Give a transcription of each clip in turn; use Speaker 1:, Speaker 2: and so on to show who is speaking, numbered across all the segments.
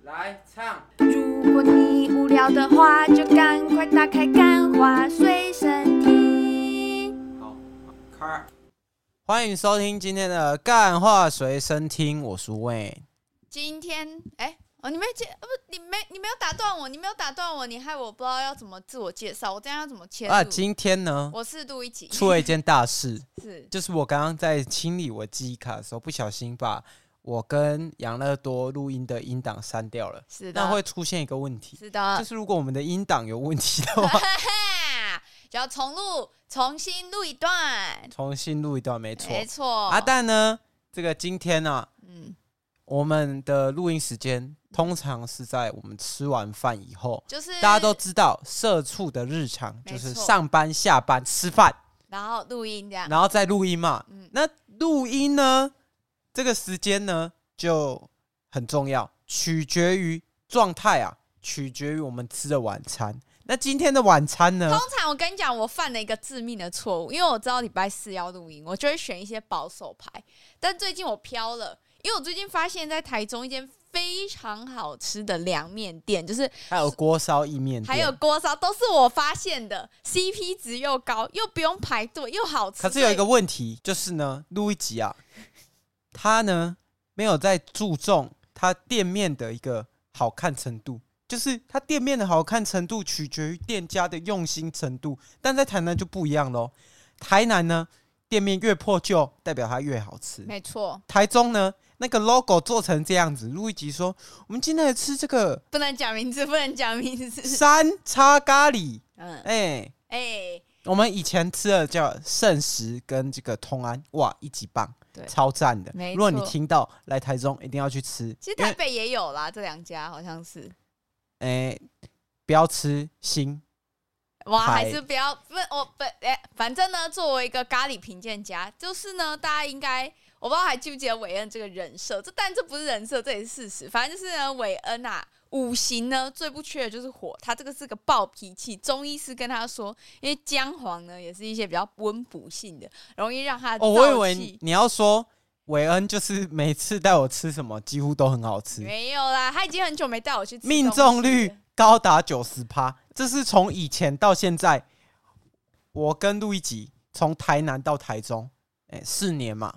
Speaker 1: 来唱。
Speaker 2: 如果你无聊的话，就赶快打开《干花随身听》。
Speaker 1: 好，开。
Speaker 3: 欢迎收听今天的《干话随身听》，我是 Wayne。
Speaker 4: 今天，哎、哦，你没接，呃不，你没，你没有打断我，你没有打断我，你害我不知道要怎么自我介绍，我这样要怎么切入？
Speaker 3: 啊，今天呢，
Speaker 4: 我是杜一起，
Speaker 3: 出了一件大事，
Speaker 4: 是
Speaker 3: 就是我刚刚在清理我记忆卡的时候，不小心把我跟养乐多录音的音档删掉了。
Speaker 4: 是的，
Speaker 3: 那会出现一个问题，
Speaker 4: 是的，
Speaker 3: 就是如果我们的音档有问题的话，
Speaker 4: 哈，就要重录，重新录一段，
Speaker 3: 重新录一段，没错。
Speaker 4: 没错，
Speaker 3: 啊，但呢，这个今天呢、啊，
Speaker 4: 嗯，
Speaker 3: 我们的录音时间通常是在我们吃完饭以后。
Speaker 4: 就是
Speaker 3: 大家都，知道，社畜的日常就
Speaker 4: 没
Speaker 3: 是
Speaker 4: 错
Speaker 3: 上班、下班、吃饭，
Speaker 4: 然后录音这样，
Speaker 3: 然后再录音嘛。
Speaker 4: 啊嗯
Speaker 3: 那录音呢，这个时间呢就很重要，取决于状态啊，取决于我们吃的晚餐。那今天的晚餐呢
Speaker 4: 通？常我跟你讲，我犯了一个致命的错误，因为我知道礼拜四要录音，我就会选一些保守牌。但最近我飘了，因为我最近发现，在台中一间非常好吃的凉面店，就是
Speaker 3: 还有锅烧意面店，
Speaker 4: 还有锅烧，都是我发现的，CP 值又高，又不用排队，又好吃。哎
Speaker 3: 可是有一
Speaker 4: 所
Speaker 3: 个问题，就是呢，录一集啊，他呢没有在注重他店面的一个好看程度，就是他店面的好看程度取决于店家的用心程度，但在台南就不一样喽。台南呢，店面越破旧，代表它越好吃
Speaker 4: 以，。没错，
Speaker 3: 台中呢，那个 logo 做成这样子，录一集说我们今天来吃这个
Speaker 4: 不能讲名字，不能讲名字。
Speaker 3: 三叉咖喱，
Speaker 4: 嗯，
Speaker 3: 哎、
Speaker 4: 哎、
Speaker 3: 我们以前吃的叫圣食跟这个通安，哇，一级棒，
Speaker 4: 对
Speaker 3: 超赞的。
Speaker 4: 没
Speaker 3: 如果你
Speaker 4: 错
Speaker 3: 听到来台中，一定要去吃。
Speaker 4: 其实
Speaker 3: 因为
Speaker 4: 台北也有啦，这两家好像是。
Speaker 3: 哎、不要吃新，
Speaker 4: 哇，
Speaker 3: 嗨
Speaker 4: 还是不要不我本哎、反正呢，作为一个咖喱评鉴家，就是呢，大家应该我不知道还记不记得韦恩这个人设，这但这不是人设，这也是事实。反正就是呢，韦恩啊，五行呢最不缺的就是火，他这个是个暴脾气。中医师跟他说，因为姜黄呢也是一些比较温补性的，容易让他
Speaker 3: 哦，我以
Speaker 4: 燥
Speaker 3: 为
Speaker 4: 气。
Speaker 3: 你要说韦恩就是每次带我吃什么，几乎都很好吃，
Speaker 4: 没有啦，他已经很久没带我去吃
Speaker 3: 命
Speaker 4: 东西
Speaker 3: 中率
Speaker 4: 了
Speaker 3: 高达九十趴，这是从以前到现在，我跟陆一吉从台南到台中，哎、四年嘛，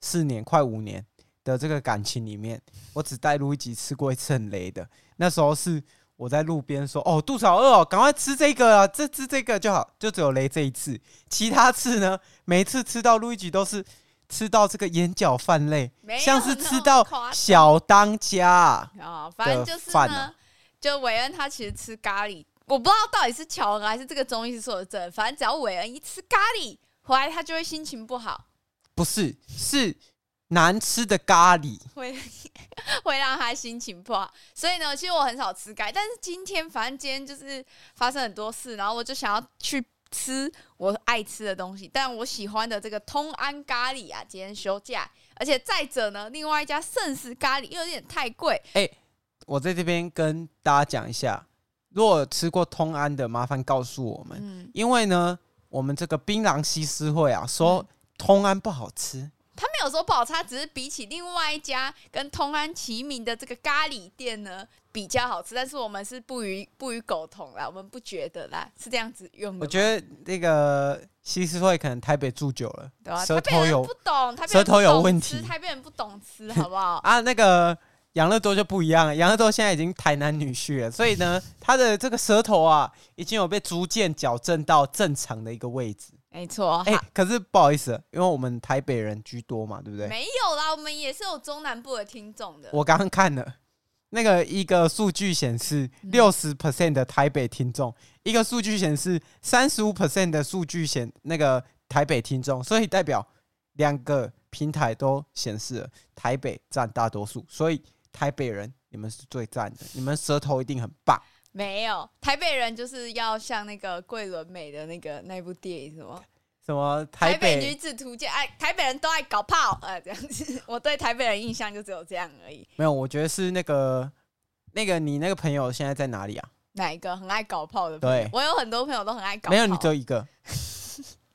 Speaker 3: 四年快五年的这个感情里面，我只带路一集吃过一次很雷的。那时候是我在路边说：“哦，肚子好饿哦，赶快吃这个啊，这吃这个就好。”就只有雷这一次，其他次呢，每次吃到路一集都是吃到这个眼角泛泪
Speaker 4: 没，有
Speaker 3: 像是吃
Speaker 4: 那么
Speaker 3: 到
Speaker 4: 夸张
Speaker 3: 小当家啊。
Speaker 4: 啊、反
Speaker 3: 的
Speaker 4: 正就是
Speaker 3: 饭
Speaker 4: 呢，
Speaker 3: 啊
Speaker 4: 就韦恩他其实吃咖喱，我不知道到底是巧合还是这个中医师说的真，反正只要韦恩一吃咖喱回来，他就会心情不好，
Speaker 3: 不是，是难吃的咖喱。
Speaker 4: 会 会让他心情不好。所以呢，其实我很少吃咖喱，但是今天反正今天就是发生很多事，然后我就想要去。吃我爱吃的东西，但我喜欢的这个通安咖喱啊，今天休假，而且再者呢，另外一家盛食咖喱又有点太贵，
Speaker 3: 我在这边跟大家讲一下，如果有吃过通安的，麻烦告诉我们。
Speaker 4: 嗯，
Speaker 3: 因为呢，我们这个槟榔西施会啊，说通安不好吃，
Speaker 4: 他没有说不好吃，他只是比起另外一家跟通安齐名的这个咖喱店呢比较好吃，但是我们是不予不予苟同啦，我们不觉得啦，是这样子用的
Speaker 3: 我
Speaker 4: 吗。
Speaker 3: 觉得那个西施会可能台北住久了，
Speaker 4: 对啊，
Speaker 3: 舌
Speaker 4: 台北
Speaker 3: 头
Speaker 4: 人
Speaker 3: 有
Speaker 4: 不懂，台北人不懂
Speaker 3: 舌头有问
Speaker 4: 吃
Speaker 3: 题
Speaker 4: 台北人不懂吃，好不好？
Speaker 3: 啊。那个养乐多就不一样了，养乐多现在已经台南女婿了，所以呢，他的这个舌头啊，已经有被逐渐矫正到正常的一个位置。
Speaker 4: 没错，
Speaker 3: 哎、可是不好意思，因为我们台北人居多嘛，对不对？
Speaker 4: 没有啦，我们也是有中南部的听众的。
Speaker 3: 我刚刚看了那个一个数据显示，
Speaker 4: 嗯
Speaker 3: 六十 percent 的台北听众，一个数据显示三十五 percent 的数据显那个台北听众，所以代表两个平台都显示了台北占大多数，所以台北人你们是最赞的，你们舌头一定很棒。
Speaker 4: 没有台北人就是要像那个桂纶镁的那个那部电影什么
Speaker 3: 什么
Speaker 4: 《台
Speaker 3: 台
Speaker 4: 北
Speaker 3: 北
Speaker 4: 女子图鉴》哎，台北人都爱搞炮呃这样子， 我对台北人印象就只有这样而已。
Speaker 3: 没有？我觉得是那个那个你那个朋友现在在哪里啊？
Speaker 4: 哪一个很爱搞炮的朋友
Speaker 3: 对
Speaker 4: 我有很多朋友都很爱搞炮。
Speaker 3: 没有，你只有一个。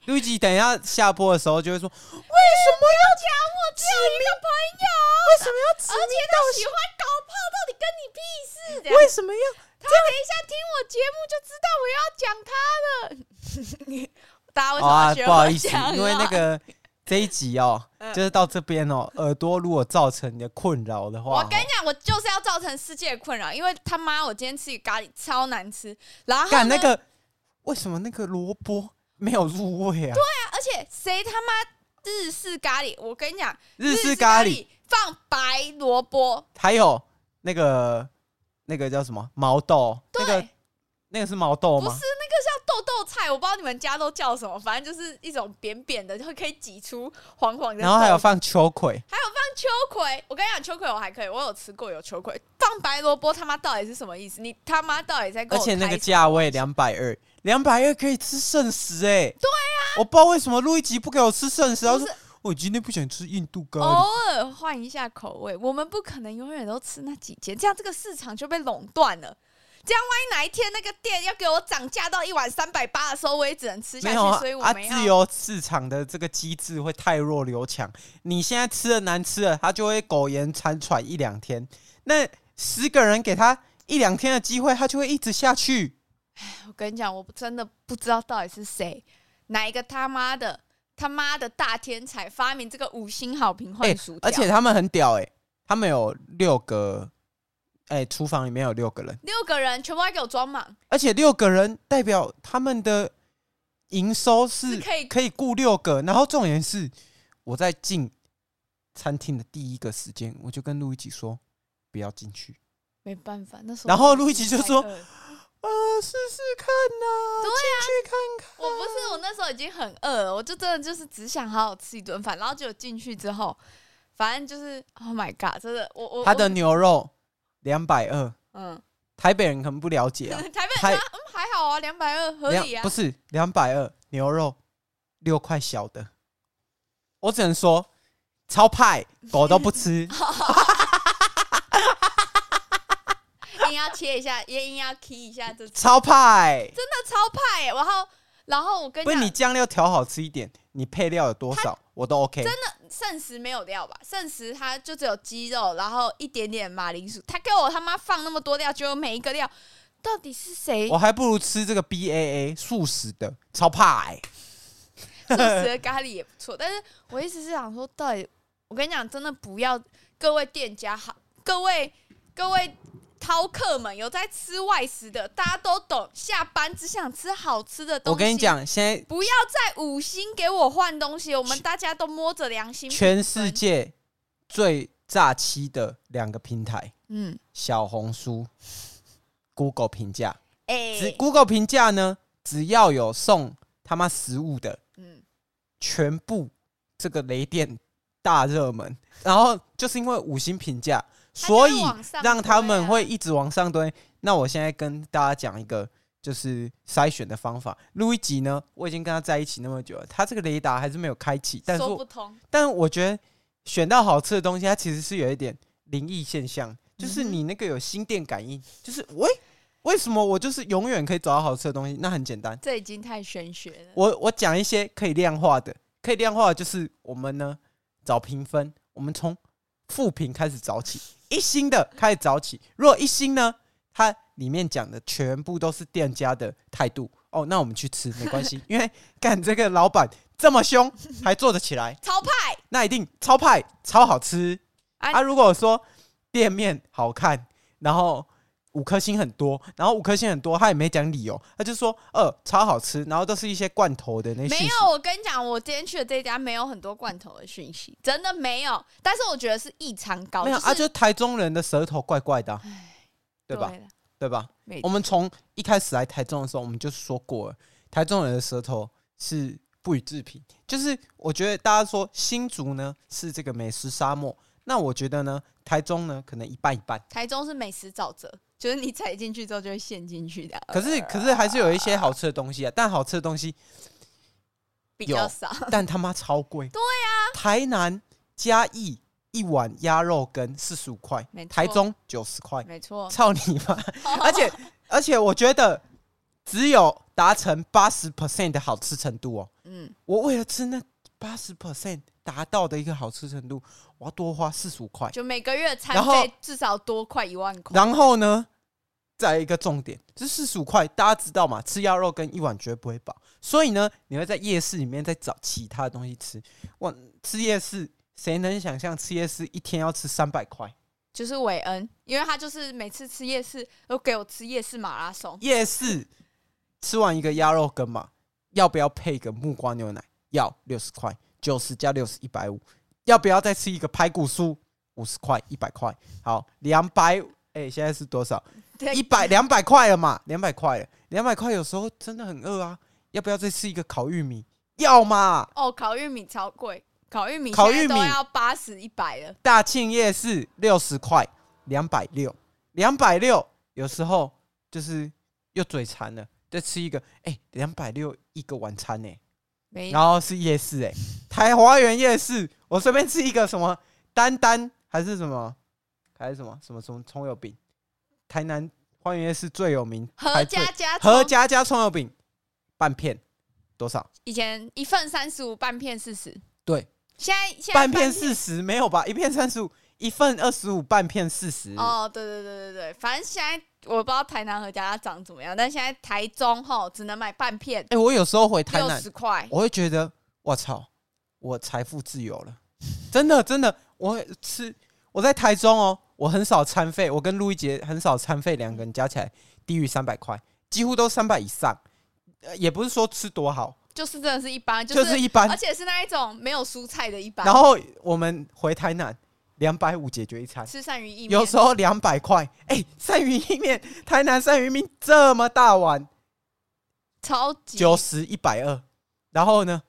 Speaker 3: 路易吉，等一下下播的时候就 会说，
Speaker 4: 我只有一个朋友，为什么要指名道姓？而且他喜欢搞炮，到底跟你屁是这样。
Speaker 3: 为什么要？
Speaker 4: 他等一下听我节目就知道我要讲他了。 大家为什么
Speaker 3: 啊，
Speaker 4: 要学
Speaker 3: 不好
Speaker 4: 我
Speaker 3: 意思
Speaker 4: 讲啊、，
Speaker 3: 因为那个这一集哦，
Speaker 4: 嗯
Speaker 3: 就是到这边哦，耳朵如果造成你的困扰的话
Speaker 4: 我
Speaker 3: 哦，
Speaker 4: 跟你讲，我就是要造成世界的困扰，因为他妈我今天吃咖喱超难吃，然后
Speaker 3: 哦干
Speaker 4: 呢
Speaker 3: 那个为什么那个萝卜没有入味啊？
Speaker 4: 而且谁他妈日式咖喱？我跟你讲，
Speaker 3: 日式
Speaker 4: 式
Speaker 3: 咖
Speaker 4: 咖
Speaker 3: 喱
Speaker 4: 放白萝卜，
Speaker 3: 还有那个那个叫什么毛豆，
Speaker 4: 对，
Speaker 3: 那个那个是毛豆
Speaker 4: 不
Speaker 3: 吗
Speaker 4: 是？那个叫豆豆菜，我不知道你们家都叫什么，反正就是一种扁扁的，就会可以挤出黄黄的豆。
Speaker 3: 然后还有放秋葵，
Speaker 4: 还有放秋葵，我跟你讲，秋葵我还可以，我有吃过有秋葵。放白萝卜他妈到底是什么意思？你他妈到底在跟
Speaker 3: 而
Speaker 4: 我
Speaker 3: 且那
Speaker 4: 开
Speaker 3: 个
Speaker 4: 什么
Speaker 3: 价位两百二，两百二可以吃剩食哎、对啊，我不知道为什么路易吉不给我吃剩食，他
Speaker 4: 不
Speaker 3: 说
Speaker 4: 是哦
Speaker 3: 我今天不想吃印度咖喱。
Speaker 4: 偶尔换一下口味，我们不可能永远都吃那几间，这样这个市场就被垄断了。这样万一哪一天那个店要给我涨价到一碗三百八的时候，我也只能吃下
Speaker 3: 没
Speaker 4: 去，
Speaker 3: 有啊
Speaker 4: 所以，我
Speaker 3: 啊，
Speaker 4: 没
Speaker 3: 自
Speaker 4: 有。
Speaker 3: 由市场的这个机制会太弱留强。你现在吃的难吃了，他就会苟延残喘一两天。那十个人给他一两天的机会，他就会一直下去。
Speaker 4: 我跟你讲，我真的不知道到底是谁，哪一个他妈的他妈的大天才发明这个五星好评换薯条、
Speaker 3: 哎欸而且他们很屌哎、他们有六个，哎、厨房里面有六个人，
Speaker 4: 六个人全部还给我装满，
Speaker 3: 而且六个人代表他们的营收是
Speaker 4: 是可以
Speaker 3: 可以雇六个。然后重点是，我在进餐厅的第一个时间，我就跟路易吉说不要进去。
Speaker 4: 没办法，那时候
Speaker 3: 然后
Speaker 4: 我
Speaker 3: 路易吉就说
Speaker 4: 太饿了
Speaker 3: 啊，试试看呐、
Speaker 4: 对
Speaker 3: 进去看看。
Speaker 4: 我不是，我那时候已经很饿了，我就真的就是只想好好吃一顿饭，然后结果进去之后，反正就是 Oh my God，真的，我我
Speaker 3: 他的
Speaker 4: 我
Speaker 3: 牛肉两百二，
Speaker 4: 嗯，
Speaker 3: 台北人可能不了解啊，
Speaker 4: 台北
Speaker 3: 台
Speaker 4: 人家嗯还好啊，两百二合
Speaker 3: 两
Speaker 4: 理啊
Speaker 3: 不，是两百二牛肉六块小的，我只能说超派狗都不吃，
Speaker 4: 硬要切一下，也硬要 key 一下，这真
Speaker 3: 超派。
Speaker 4: 的超派、欸。然后然后我跟
Speaker 3: 不
Speaker 4: 你
Speaker 3: 是你
Speaker 4: 讲，
Speaker 3: 酱料调好吃一点，你配料有多少我都 OK。
Speaker 4: 圣食没有料吧？圣食它就只有鸡肉，然后一点点马铃薯，他给我他妈放那么多料，结果每一个料到底是谁
Speaker 3: 我还不如吃这个 BAA 素食的超欸派。
Speaker 4: 素食的咖喱也不错，但是我意思是想说，到底我跟你讲，真的不要各位店家好，各位各位饕客们有在吃外食的，大家都懂，下班只想吃好吃的东西。
Speaker 3: 我跟你，讲，现在
Speaker 4: 不要再五星给我换东西，我们大家都摸着良心。
Speaker 3: 全世，界最炸期的两个平台，
Speaker 4: 嗯，
Speaker 3: 小红书、Google 评价。
Speaker 4: 哎、
Speaker 3: 只 Google 评价呢，只要有送他妈食物的，
Speaker 4: 嗯，
Speaker 3: 全部这个雷电大热门。然后就是因为五星评价，
Speaker 4: 它就
Speaker 3: 所
Speaker 4: 会
Speaker 3: 以
Speaker 4: 往上
Speaker 3: 让他们
Speaker 4: 推啊
Speaker 3: 会一直往上堆。那我现在跟大家讲一个就是筛选的方法。路易吉呢，我已经跟他在一起那么久了，他这个雷达还是没有开启，但是
Speaker 4: 说
Speaker 3: 我
Speaker 4: 不通，
Speaker 3: 但我觉得选到好吃的东西，它其实是有一点灵异现象，就是你那个有心电感应，就是喂，为什么我就是永远可以找到好吃的东西？那很简单，
Speaker 4: 这已经太玄学了。
Speaker 3: 我我讲一些可以量化的，可以量化的就是我们呢找评分，我们从负评开始找起，一星的开始找起。如果一星呢，它里面讲的全部都是店家的态度，哦，那我们去吃没关系，因为干这个老板这么凶，还做得起来。
Speaker 4: 超派，
Speaker 3: 那一定超派、超好吃。
Speaker 4: 啊
Speaker 3: 啊，如果说店面好看，然后五颗星很多，然后五颗星很多，他也没讲理由，他就说呃超好吃，然后都是一些罐头的那些。
Speaker 4: 没有，我跟你讲，我今天去的这家没有很多罐头的讯息，真的没有。但是我觉得是异常高，
Speaker 3: 没有
Speaker 4: 就是、
Speaker 3: 啊，就是台中人的舌头怪怪的啊、对吧？
Speaker 4: 了？
Speaker 3: 对吧？
Speaker 4: 没
Speaker 3: 我们从一开始来台中的时候，我们就说过了，台中人的舌头是不予置评。就是我觉得大家说新竹呢是这个美食沙漠，那我觉得呢台中呢可能一半一半。
Speaker 4: 台中是美食沼泽，就是你踩进去之后就会陷进去的。
Speaker 3: 可是可是还是有一些好吃的东西啊，但好吃的东 西，
Speaker 4: 比
Speaker 3: 有
Speaker 4: 较少，
Speaker 3: 但他妈超贵。对
Speaker 4: 啊
Speaker 3: 呀、台南嘉义一碗鸭肉羹四十五块
Speaker 4: 没，错
Speaker 3: 台中九十块，
Speaker 4: 没错。
Speaker 3: 操你 妈！而且而且我觉得只有达成八十 percent 的好吃程度哦。
Speaker 4: 嗯，
Speaker 3: 我为了吃那八十 percent 达到的一个好吃程度，我要多花四十五块。
Speaker 4: 就每个月餐
Speaker 3: 然后
Speaker 4: 费至少多快一万块。
Speaker 3: 然后呢，再来一个重点，这四十五块大家知道嘛？吃鸭肉跟一碗绝对不会饱，所以呢，你会在夜市里面再找其他的东西吃。哇，吃夜市谁能想象吃夜市一天要吃三百块？
Speaker 4: 就是韦恩，因为他就是每次吃夜市都给我吃夜市马拉松，
Speaker 3: 夜市吃完一个鸭肉羹嘛，要不要配一个木瓜牛奶？要六十块，九十加六十一百五。要不要再吃一个排骨酥？五十块，一百块。好，两百。哎，现在是多少？
Speaker 4: 对
Speaker 3: 一百两百块了嘛，两百块了，两百块有时候真的很饿啊，要不要再吃一个烤玉米？要嘛！
Speaker 4: 哦，烤玉米超贵，烤玉米
Speaker 3: 烤
Speaker 4: 现在
Speaker 3: 玉
Speaker 4: 都
Speaker 3: 米
Speaker 4: 要八十一百了，
Speaker 3: 大庆夜市六十块，两百六，两百六，有时候就是又嘴馋了，再吃一个，哎、两百六一个晚餐呢、
Speaker 4: 没
Speaker 3: 然后是夜市、哎，台华园夜市，我随便吃一个什么丹丹还是什么还是什么什么什么葱油饼，台南花园夜市最有名，
Speaker 4: 何
Speaker 3: 排最
Speaker 4: 家家
Speaker 3: 和
Speaker 4: 葱
Speaker 3: 家加葱油饼半片多少？
Speaker 4: 以前一份三十五，半片四十，
Speaker 3: 对，
Speaker 4: 现在现在
Speaker 3: 半片四十没有吧？一片三十五，一份二十五，半片四十。
Speaker 4: 哦，对对对对对，反正现在我不知道台南和家家长怎么样，但现在台中吼只能买半片
Speaker 3: 哎、我有时候回台
Speaker 4: 六
Speaker 3: 南
Speaker 4: 十，块，
Speaker 3: 我会觉得我操，我财富自由了，真的真的，我会吃我在台中哦，我很少餐费，我跟陆一杰很少餐费，两个人加起来低于三百块，几乎都三百以上。呃也不是说吃多好，
Speaker 4: 就是真的是一般，、
Speaker 3: 就是是一般
Speaker 4: 而且是那一种没有蔬菜的一般，
Speaker 3: 然后我们回台南，两百五解决一餐。
Speaker 4: 吃鳝鱼意面，
Speaker 3: 有时候两百块，哎、鳝鱼意面，台南鳝鱼面这么大碗，
Speaker 4: 超级
Speaker 3: 九十一百二，然后呢，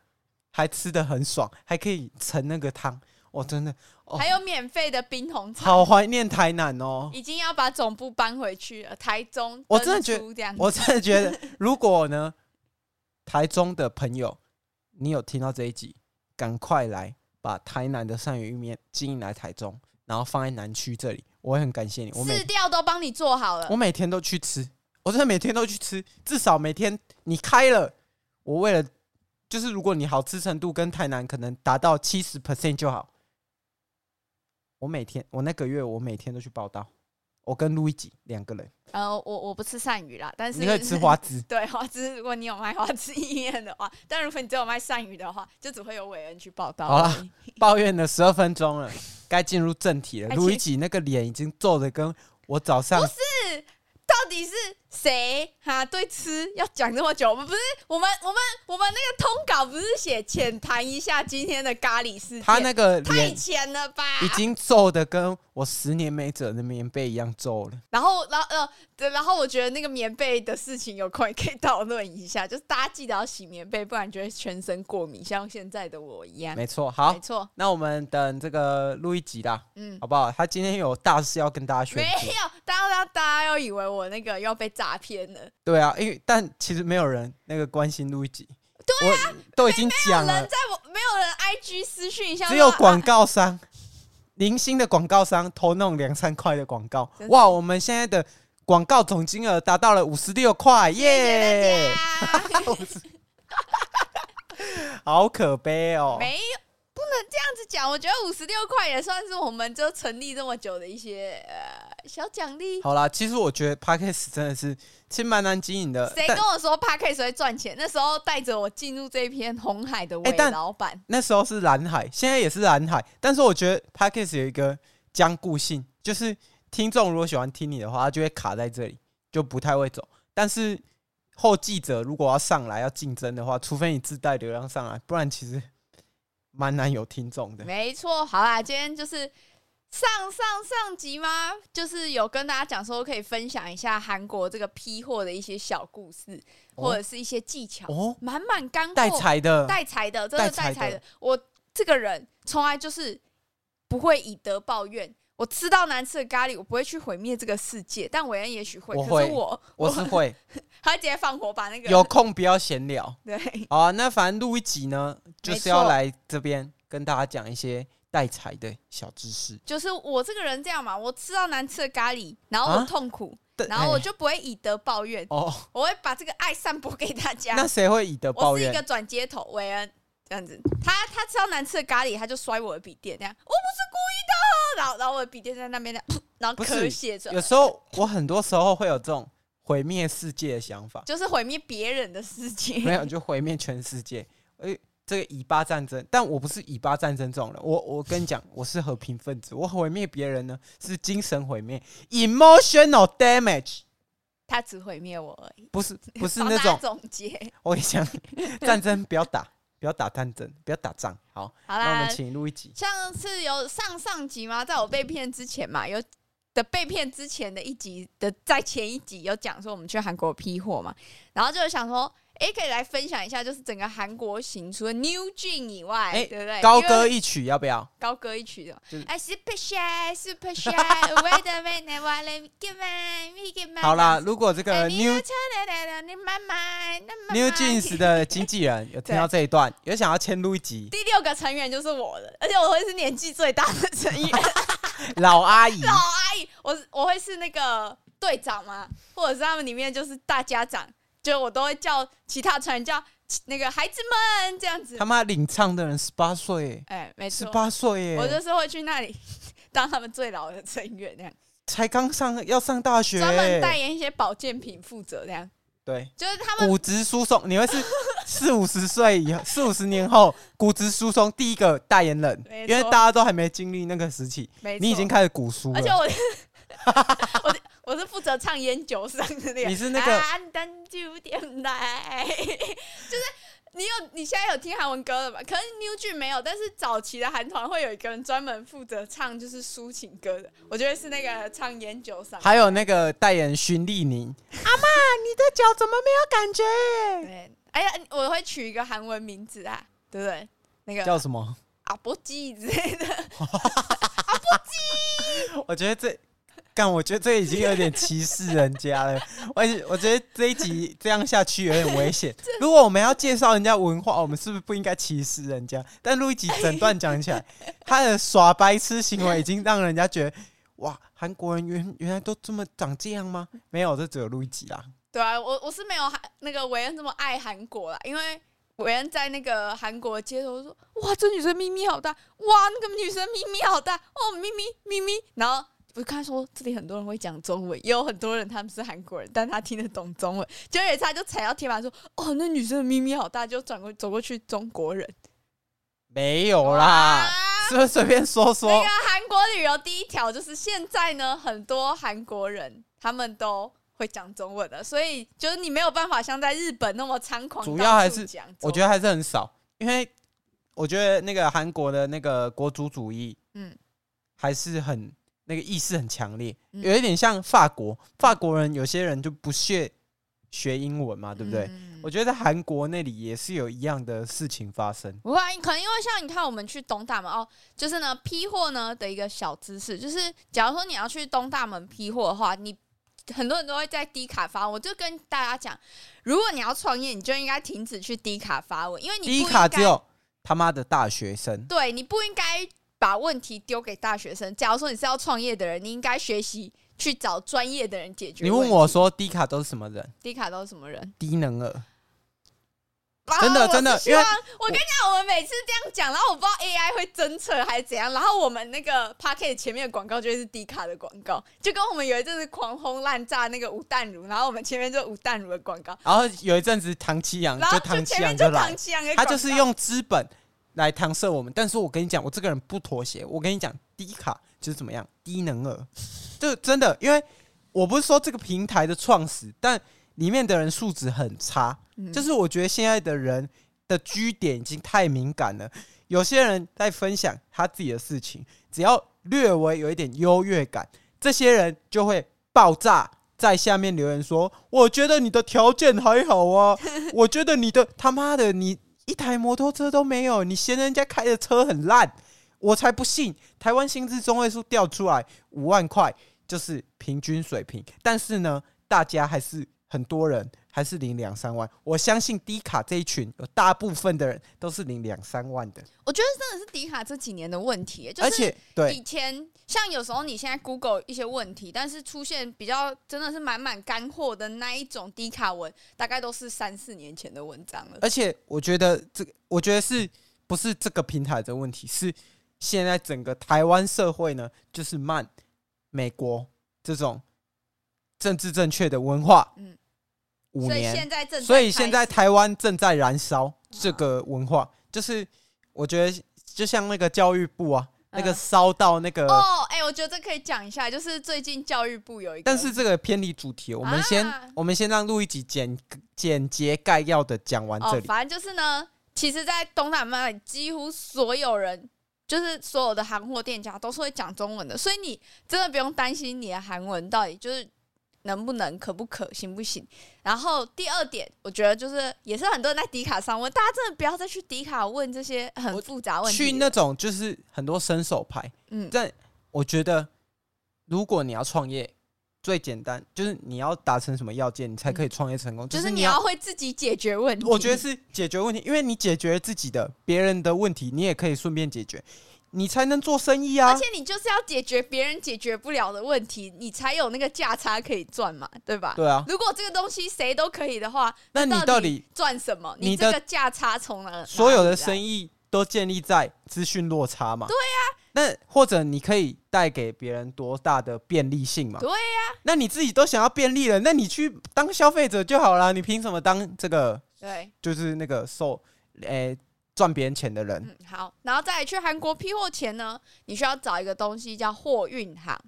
Speaker 3: 还吃的很爽，还可以盛那个汤，我、真 的哦
Speaker 4: 还有免费的冰红茶，
Speaker 3: 好怀念台南哦！
Speaker 4: 已经要把总部搬回去了，台中
Speaker 3: 我真的觉
Speaker 4: 登出这样子，
Speaker 3: 我真的觉 得，如果呢，台中的朋友，你有听到这一集，赶快来把台南的鳝鱼意面经营来台中，然后放在南区这里，我会很感谢你。我每
Speaker 4: 饲料都帮你做好了
Speaker 3: 我，每天都去吃，我真的每天都去吃，至少每天你开了，我为了就是如果你好吃程度跟台南可能达到七十 percent 就好，我每天我那个月我每天都去报道，我跟路易吉两个人，
Speaker 4: 呃，我我不吃鳝鱼啦，但是，
Speaker 3: 你可以吃花。枝
Speaker 4: 对花枝，如果你有卖花枝意面的话，但如果你只有卖鳝鱼的话，就只会有伟恩去报道。
Speaker 3: 好啦，抱怨了十二分钟了，该进入正题了。
Speaker 4: 哎
Speaker 3: 路易
Speaker 4: 其
Speaker 3: 吉那个脸已经皱的跟我早上
Speaker 4: 到底是谁哈对吃要讲这么久？我们不是我们我们我们那个通稿不是写浅谈一下今天的咖喱事件？
Speaker 3: 他那个
Speaker 4: 太
Speaker 3: 脸
Speaker 4: 浅了吧！
Speaker 3: 已经皱的跟我十年没枕的棉被一样皱了。
Speaker 4: 然后，然后，呃，对，然后我觉得那个棉被的事情有空也可以讨论一下，就是大家记得要洗棉被，不然就会全身过敏，像现在的我一样。
Speaker 3: 没错，好
Speaker 4: 没，错，
Speaker 3: 那我们等这个录一集啦，
Speaker 4: 嗯，
Speaker 3: 好不好？他今天有大事要跟大家宣
Speaker 4: 没
Speaker 3: 布，
Speaker 4: 有，大家大家要以为我那个要被诈骗了，
Speaker 3: 对啊，因为但其实没有人那个关心录一集，对啊，都已经讲了
Speaker 4: 人，在我没有人 IG 私讯一下说，
Speaker 3: 啊只有广
Speaker 4: 啊
Speaker 3: 告商，零星的广告商投那种两三块的广告
Speaker 4: 真，是
Speaker 3: 哇，我们现在的广告总金额达到了五十六块，
Speaker 4: 谢哎谢
Speaker 3: 耶！
Speaker 4: 大家。
Speaker 3: 好可悲哦，
Speaker 4: 没有，不能这样子讲。我觉得五十六块也算是我们就成立这么久的一些呃小奖励。
Speaker 3: 好啦，其实我觉得 p a c k a s 真的是其实蛮难经营的，
Speaker 4: 谁
Speaker 3: 但
Speaker 4: 跟我说 p a c k a g e 会赚钱？那时候带着我进入这片红海的
Speaker 3: 哎
Speaker 4: 韦
Speaker 3: 但
Speaker 4: 老板，
Speaker 3: 那时候是蓝海，现在也是蓝海，但是我觉得 p a c k a s 有一个僵固性，就是听众如果喜欢听你的话，他就会卡在这里，就不太会走。但是后继者如果要上来要竞争的话，除非你自带流量上来，不然其实蛮难有听众的。
Speaker 4: 没错。好啦，今天就是。上上上集吗？就是有跟大家讲说，可以分享一下韩国这个批货的一些小故事，
Speaker 3: 哦
Speaker 4: 或者是一些技巧，
Speaker 3: 哦，
Speaker 4: 满满干货。
Speaker 3: 带财的，
Speaker 4: 带财的，真的
Speaker 3: 带财
Speaker 4: 带
Speaker 3: 的
Speaker 4: 财的。我这个人从来就是不会以德报怨。我吃到难吃的咖喱，我不会去毁灭这个世界，但韦恩也许会。
Speaker 3: 我
Speaker 4: 可
Speaker 3: 会
Speaker 4: 是我，
Speaker 3: 我是会
Speaker 4: 他直接放火把那个
Speaker 3: 有空不要闲聊。
Speaker 4: 对
Speaker 3: 好啊，那反正录一集呢，就
Speaker 4: 没
Speaker 3: 是要
Speaker 4: 错
Speaker 3: 来这边跟大家讲一些带财的小知识。
Speaker 4: 就是我这个人这样嘛，我吃到难吃的咖喱，然后我
Speaker 3: 啊
Speaker 4: 痛苦，
Speaker 3: 但
Speaker 4: 然后
Speaker 3: 哎
Speaker 4: 我就不会以德报怨，
Speaker 3: 哦，
Speaker 4: 我会把这个爱散播给大家
Speaker 3: 那。谁会以德
Speaker 4: 啊我
Speaker 3: 报
Speaker 4: 是一
Speaker 3: 怨
Speaker 4: 个？转接头，韦恩，这样子。他他吃到难吃的咖喱，他就摔我的笔电，这样我不是故意的。然后然后我的笔电在那边这样，然后
Speaker 3: 不
Speaker 4: 咳
Speaker 3: 是
Speaker 4: 血着
Speaker 3: 有，时候我很多时候会有这种毁灭世界的想法，
Speaker 4: 就是毁灭别人的世
Speaker 3: 没
Speaker 4: 界。
Speaker 3: 有就毁灭全世界。哎，这个以巴战争，但我不是以巴战争这种人，我我跟你讲，我是和平分子，我毁灭别人呢是精神毁灭 （emotional damage），
Speaker 4: 他只毁灭我而已，
Speaker 3: 不是不是
Speaker 4: 帮
Speaker 3: 那
Speaker 4: 大家
Speaker 3: 种。
Speaker 4: 总结。
Speaker 3: 我跟你讲，战争不要打，不要打战争，不要打仗。好，
Speaker 4: 好
Speaker 3: 那我
Speaker 4: 啦
Speaker 3: 们，请录一集。
Speaker 4: 上次有上上集吗？在我被骗之前嘛，有的被骗之前的一集的，在前一集有讲说我们去韩国批货嘛，然后就想说，哎、可以来分享一下，就是整个韩国行，除了 New Jean 以外，
Speaker 3: 诶
Speaker 4: 对不对？
Speaker 3: 高
Speaker 4: 因为
Speaker 3: 歌一曲要不要？
Speaker 4: 高歌一曲的
Speaker 3: 就是，
Speaker 4: 哎，Super Shy，Super Shy，Wait a minute，我来 give my me give my。哎
Speaker 3: 好啦，，如果这个 New
Speaker 4: New 妈妈
Speaker 3: ，New Jeans 的经纪人有听到这一段，有想要签录一集，
Speaker 4: 第六个成员就是我了，而且我会是年纪最大的成 员。
Speaker 3: 老阿 姨
Speaker 4: 老阿姨，我是我会是那个队长吗？或者是他们里面就是大家长，就我都会叫其他船叫那个孩子们这样子
Speaker 3: 他。妈领唱的人十八岁，
Speaker 4: 哎、没
Speaker 3: 十
Speaker 4: 错，
Speaker 3: 八岁
Speaker 4: 我就
Speaker 3: 耶，
Speaker 4: 是会去那里当他们最老的成员那样，
Speaker 3: 才刚上要上大学
Speaker 4: 专门代
Speaker 3: 耶，
Speaker 4: 言一些保健品负责这样，
Speaker 3: 对，
Speaker 4: 就是他们
Speaker 3: 骨质疏松，你会是 四五十岁以后，四五十年后骨质疏松第一个代言人
Speaker 4: 没，错
Speaker 3: 因为大家都还没经历那个时期，
Speaker 4: 没错
Speaker 3: 你已经开始骨疏
Speaker 4: 而且
Speaker 3: 了。
Speaker 4: 我 我是我是负责唱烟酒嗓的那个，
Speaker 3: 你是那个
Speaker 4: 啊等九点来， 就是你有你现在有听韩文歌了吧？可是 New Jean 没有，但是早期的韩团会有一个人专门负责唱就是抒情歌的，我觉得是那个唱烟酒嗓。
Speaker 3: 还有那个代言勋丽宁，阿妈，你的脚怎么没有感觉？
Speaker 4: 对，哎呀，我会取一个韩文名字啊，对不对？那个
Speaker 3: 叫什么？
Speaker 4: 阿波基之类的，
Speaker 3: 我觉得这，干，我觉得这已经有点歧视人家了。 我我觉得这一集这样下去有点危险。如果我们要介绍人家文化，我们是不是不应该歧视人家？但录一集整段讲起来，他的耍白痴行为已经让人家觉得，哇，韩国人原原来都这么长这样吗？没有，这只有录一集啦。
Speaker 4: 对啊，我我是没有韩那个韦恩这么爱韩国啦，因为韦恩在那个韩国街头说：“哇，这女生咪咪好大，哇，那个女生咪咪好大，哦，咪咪咪咪。”然后我看说这里很多人会讲中文，也有很多人他们是韩国人，但他听得懂中文。结果有一次他就踩到铁板说：“哦，那女生的咪咪好大。”就转过走过去中国人，
Speaker 3: 没有
Speaker 4: 哇
Speaker 3: 啦，是不是随便说
Speaker 4: 那
Speaker 3: 说
Speaker 4: 个？韩国旅游第一条就是现在呢，很多韩国人他们都会讲中文的，所以就是你没有办法像在日本那么猖狂。
Speaker 3: 主要还是
Speaker 4: 讲中文，嗯
Speaker 3: 我觉
Speaker 4: 得
Speaker 3: 得还是很少，因为我觉得那个韩国的那个国族主义，
Speaker 4: 嗯
Speaker 3: 嗯，还是很那个意识很强烈，
Speaker 4: 嗯
Speaker 3: 有一点像法国，法国人有些人就不屑学英文啊嘛，对不对？
Speaker 4: 嗯
Speaker 3: 我觉得在韩国那里也是有一样的事情发生，
Speaker 4: 不会啊，可能因为像你看，我们去东大门哦，就是呢批货呢的一个小知识，就是假如说你要去东大门批货的话，你很多人都会在低卡发文。我就跟大家讲，如果你要创业，你就应该停止去低卡发文，因为你不
Speaker 3: 第一
Speaker 4: 应
Speaker 3: 卡
Speaker 4: 该
Speaker 3: 只有他妈的大学生，
Speaker 4: 对，你不应该把问题丢给大学生。假如说你是要创业的人，你应该学习去找专业的人解决。
Speaker 3: 你问我，说低卡都是什么人？
Speaker 4: 迪卡都是什么人？
Speaker 3: 低能儿，
Speaker 4: 然
Speaker 3: 真的
Speaker 4: 后我
Speaker 3: 真的
Speaker 4: 是希
Speaker 3: 因为
Speaker 4: 望我跟你讲，我们每次这样讲，然后我不知道 AI 会侦测还是怎样，然后我们那个 p a c k e t 前面的广告就会是迪卡的广告，就跟我们有一阵子狂轰滥炸那个吴淡如，然后我们前面就吴淡如的广告，
Speaker 3: 然后有一阵子唐七阳
Speaker 4: 然后
Speaker 3: 就唐
Speaker 4: 前
Speaker 3: 七
Speaker 4: 面
Speaker 3: 阳
Speaker 4: 就
Speaker 3: 来了
Speaker 4: 唐。奇阳的
Speaker 3: 他
Speaker 4: 广告，
Speaker 3: 就是用资本来搪塞我们。但是我跟你讲，我这个人不妥协。我跟你讲，低卡就是怎么样，低能儿，就真的，因为我不是说这个平台的创始，但里面的人素质很差。
Speaker 4: 嗯
Speaker 3: 就是我觉得现在的人的居点已经太敏感了。有些人在分享他自己的事情，只要略微有一点优越感，这些人就会爆炸在下面留言说：“我觉得你的条件还好啊，我觉得你的他妈的你一台摩托车都没有，你嫌人家开的车很烂，我才不信！台湾薪资中位数调出来五万块就是平均水平，但是呢，大家还是很多人还是领两三万。我相信低卡这一群有大部分的人都是领两三万的，
Speaker 4: 我觉得真的是迪卡这几年的问题，就是、
Speaker 3: 而且对
Speaker 4: 以前像有时候你现在 Google 一些问题，但是出现比较真的是满满干货的那一种低卡文，大概都是三四年前的文章了。
Speaker 3: 而且我觉得这个，我觉得是不是这个平台的问题，是现在整个台湾社会呢，就是慢美国这种政治正确的文化，
Speaker 4: 嗯
Speaker 3: 五
Speaker 4: 所以
Speaker 3: 年
Speaker 4: 现，在正
Speaker 3: 所以现在
Speaker 4: 开始
Speaker 3: 台湾正在燃烧这个文化，就是我觉得就像那个教育部啊，那个
Speaker 4: 嗯
Speaker 3: 烧到那个，
Speaker 4: 哦，哎、我觉得这可以讲一下，就是最近教育部有一个，
Speaker 3: 但是这个偏离主题，我们先、
Speaker 4: 啊
Speaker 3: 我们先让录一集简简洁概要的讲完这
Speaker 4: 哦，
Speaker 3: 里，
Speaker 4: 反正就是呢，其实，在东南亚几乎所有人，就是所有的韩货店家都是会讲中文的，所以你真的不用担心你的韩文到底就是能不能、可不可行不行。然后第二点，我觉得就是也是很多人在迪卡上问，大家真的不要再去迪卡问这些很复杂问题了。
Speaker 3: 去那种就是很多伸手牌。
Speaker 4: 嗯
Speaker 3: 但我觉得，如果你要创业，最简单就是你要达成什么要件，你才可以创业成功。
Speaker 4: 嗯就是
Speaker 3: 是
Speaker 4: 你
Speaker 3: 要，
Speaker 4: 要会自己解决问题。
Speaker 3: 我觉得是啊解决问题，因为你解决自己的、别人的问题，你也可以顺便解决，你才能做生意
Speaker 4: 而
Speaker 3: 啊
Speaker 4: 且。你就是要解决别人解决不了的问题，你才有那个价差可以赚嘛，对吧？
Speaker 3: 对啊，
Speaker 4: 如果这个东西谁都可以的话，
Speaker 3: 那你
Speaker 4: 到
Speaker 3: 到
Speaker 4: 底
Speaker 3: 底
Speaker 4: 赚什么？
Speaker 3: 你
Speaker 4: 你
Speaker 3: 的
Speaker 4: 这个价差从哪？
Speaker 3: 所有的
Speaker 4: 生
Speaker 3: 生
Speaker 4: 意，
Speaker 3: 意都建立在资讯落差嘛？对呀、
Speaker 4: 啊
Speaker 3: 那或者你可以带给别人多大的便利性嘛？
Speaker 4: 对
Speaker 3: 呀、那你自己都想要便利了，那你去当消费者就好了，你凭什么当这个？
Speaker 4: 对，
Speaker 3: 就是那个受诶赚别人钱的人，
Speaker 4: 嗯，好，然后再来去韩国批货前呢，你需要找一个东西叫货运行。